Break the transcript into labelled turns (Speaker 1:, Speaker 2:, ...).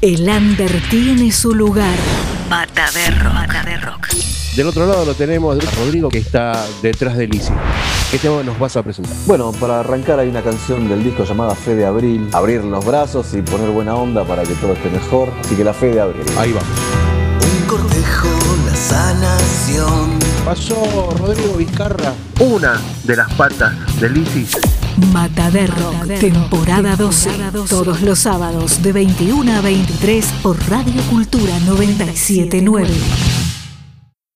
Speaker 1: El under tiene su lugar.
Speaker 2: Bata de rock.
Speaker 3: Del otro lado lo tenemos a Rodrigo que está detrás de Lizzy. ¿Qué tema nos vas a presentar?
Speaker 4: Bueno, para arrancar hay una canción del disco llamada Fe de Abril. Abrir los brazos y poner buena onda para que todo esté mejor. Así que la Fe de Abril.
Speaker 3: Ahí va.
Speaker 5: Un cortejo, la sanación.
Speaker 3: Pasó Rodrigo Vizcarra, una de las patas de Lizzy.
Speaker 1: Mata de Rock, temporada 12, todos los sábados de 21 a 23 por Radio Cultura 979.